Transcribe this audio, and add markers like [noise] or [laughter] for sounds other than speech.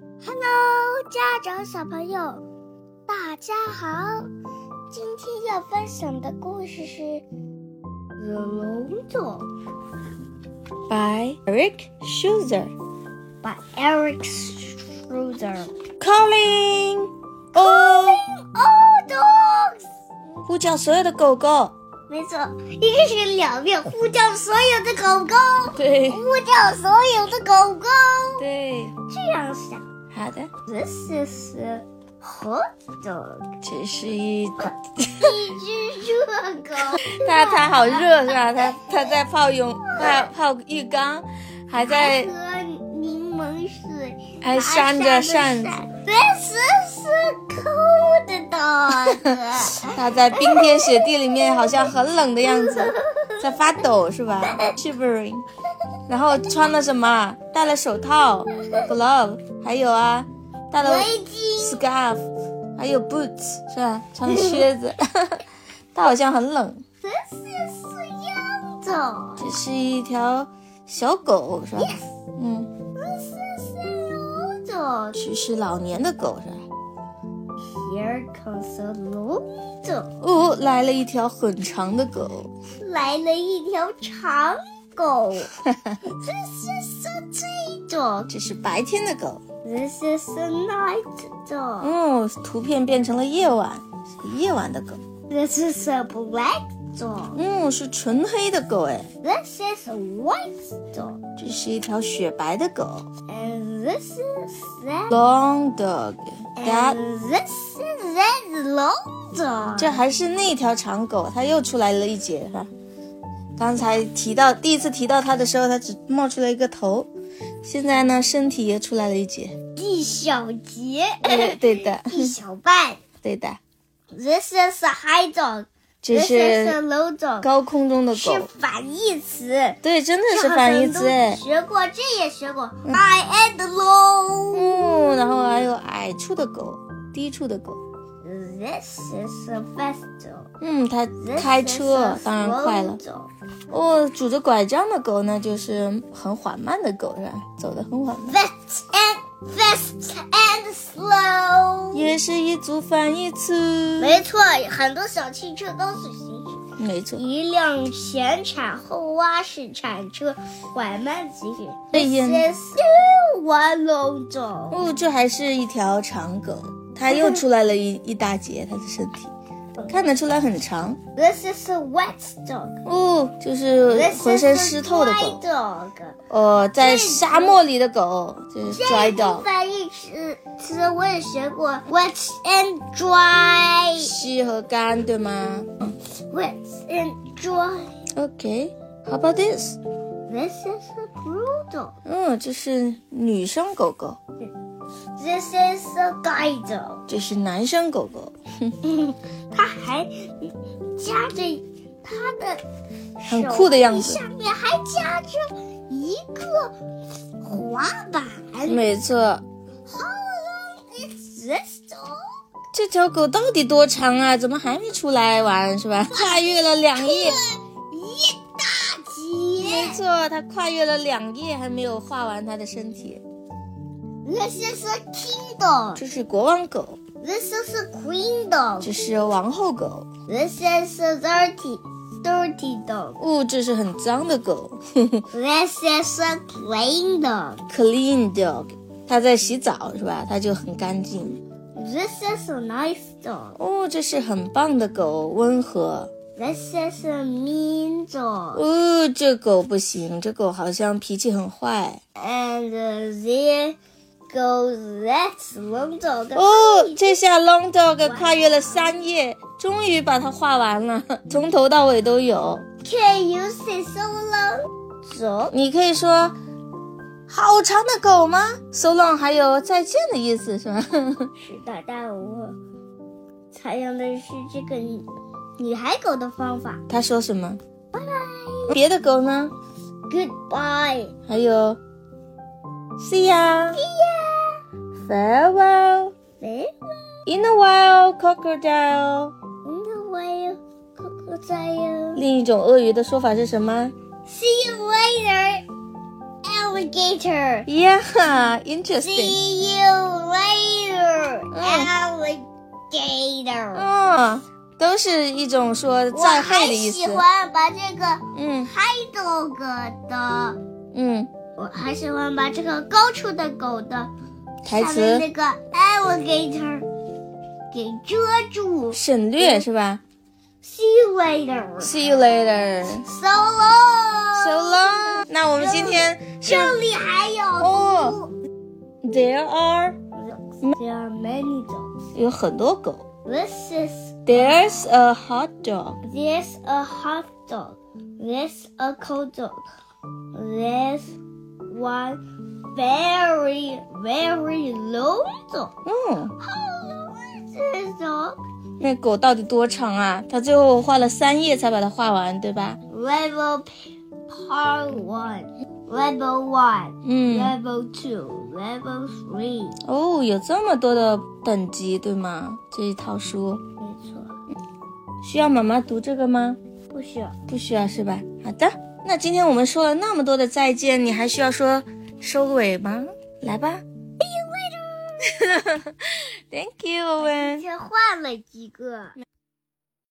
Hello，家长小朋友，大家好。今天要分享的故事是《龙总》 by Eric Schuster. by Eric Schroeder。 Calling all， Oh, dogs！呼叫所有的狗狗。没错，一个是两面呼叫所有的狗狗，对呼叫所有的狗狗。对，这样想好的， ，This is a hot [laughs] dog，这是一，一只热狗。它它好热是吧？它它在泡泳泡泡浴缸，还在 [laughs] 喝柠檬水，还扇着扇子， This is a cold dog. 它在冰天雪地里面好像很冷的样子，在发抖是吧？Shivering，然后穿了什么？戴了手套 glove，还有啊，戴了围巾， scarf，还有 boots 是吧？穿的靴子，它好像很冷。 This is a young dog. 这是一条小狗是吧？嗯， This is an old dog. 是是老年的狗是吧？ Here comes a long dog. 哦，来了一条很长的狗，来了一条长狗。This is a day dog. 这是白天的狗。 This is a night dog. 哦，图片变成了夜晚，是个夜晚的狗。 This is a black dog. 嗯，是纯黑的狗哎， This is a white dog. 这是一条雪白的狗 And this is that. ，long dog。 And that this is that long dog. 这还是那条长狗，它又出来了一截哈。刚才提到第一次提到它的时候，它只冒出来一个头，现在呢，身体也出来了一截。一小节，对对的， [laughs] 一小半。对的， This is a high dog. 这 This is a 是 low dog. 高空中的是狗。反义词，对，真的是反义很多词嗯哎。学过，这也学过。I am low. 嗯，然后还有矮处的狗，低处的狗。 This is a fast dog. 嗯，它 This 开 is 车 a 当然快 slow 了。 dog. 哦，拄着拐杖的狗呢，就是很缓慢的狗是吧？走得很缓慢， Fast and fast and slow. 也是一组反义词。没错，很多小汽车都是行驶。没错，一辆前铲后挖式铲车缓慢行驶。哎呀 This is still one long dog. 哦，这还是一条长狗，它又出来了一 [laughs] 一大截，它的身体看得出来很长。 This is a wet dog. 哦，就是浑 This 身 is 湿 a 透的 dry 狗。 dog. 哦，在沙漠里的狗就是 dry 这个 dog，翻译词词我也学过，wet and dry. 湿和干，对吗 Wet and dry. ？OK，how about this？ This is a blue dog. 嗯，这是女生狗狗， This is a guy dog. 这是男生狗狗。嗯， [laughs] 他还夹着他的手很酷的样子下面还夹着一个滑板。没错， How long is this dog? 这条狗到底多长啊？怎么还没出来玩是吧？跨越了两页，一大没截。错，它跨越了两页还没有画完它的身体。 This is a king dog. 这是国王狗， This is a queen dog. 这是王后狗。 This is a dirty, dirty dog. 哦，这是很脏的狗 [laughs] This is a clean dog. ，clean dog。它在洗澡是吧？它就很干净。 This is a nice dog. 哦，这是很棒的狗，温和。 This is a mean dog. 哦，这狗不行，这狗好像脾气很坏。 And uh, there goes that long dog. 哦，这下 Long Dog 跨越了三页，终于把它画完了，从头到尾都有。 Can you say so long dog? 你可以说，好长的狗吗？So long，还有再见的意思是吧？是的，但我采用的是这个女女孩狗的方法。 [laughs] 他说什么？别的狗呢？ Goodbye. 还有，See ya。Farewell。 Very In a while, crocodile。 In the way, crocodile. 另一种鳄鱼的说法是什么？ See you later, alligator. Yeah, interesting. See you later, Mm. alligator. 嗯，都是一种说我再还会的意思喜。欢把这个嗯 high dog 的，嗯，我还喜欢把这个高处的狗的台下面词那个 alligator 给遮住。省略是吧 See you later. ？See you later. So long. So long. 那我们今天是这里还有哦毒。 There are There are many dogs. 有很多狗。 This is There's a hot dog. There's a hot dog. There's a cold dog. There's one very, very long dog. 嗯， How long is this dog? 那狗到底多长啊？它最后画了三页才把它画完，对吧？ Level p- part one. Level one. 嗯， Level two. Level three. 哦，有这么多的等级，对吗？这一套书没错，需要妈妈读这个吗？不需要。不需要是吧？好的，那今天我们说了那么多的再见，你还需要说收尾吗？来吧。See you later. Thank you, Owen. 而且换了几个。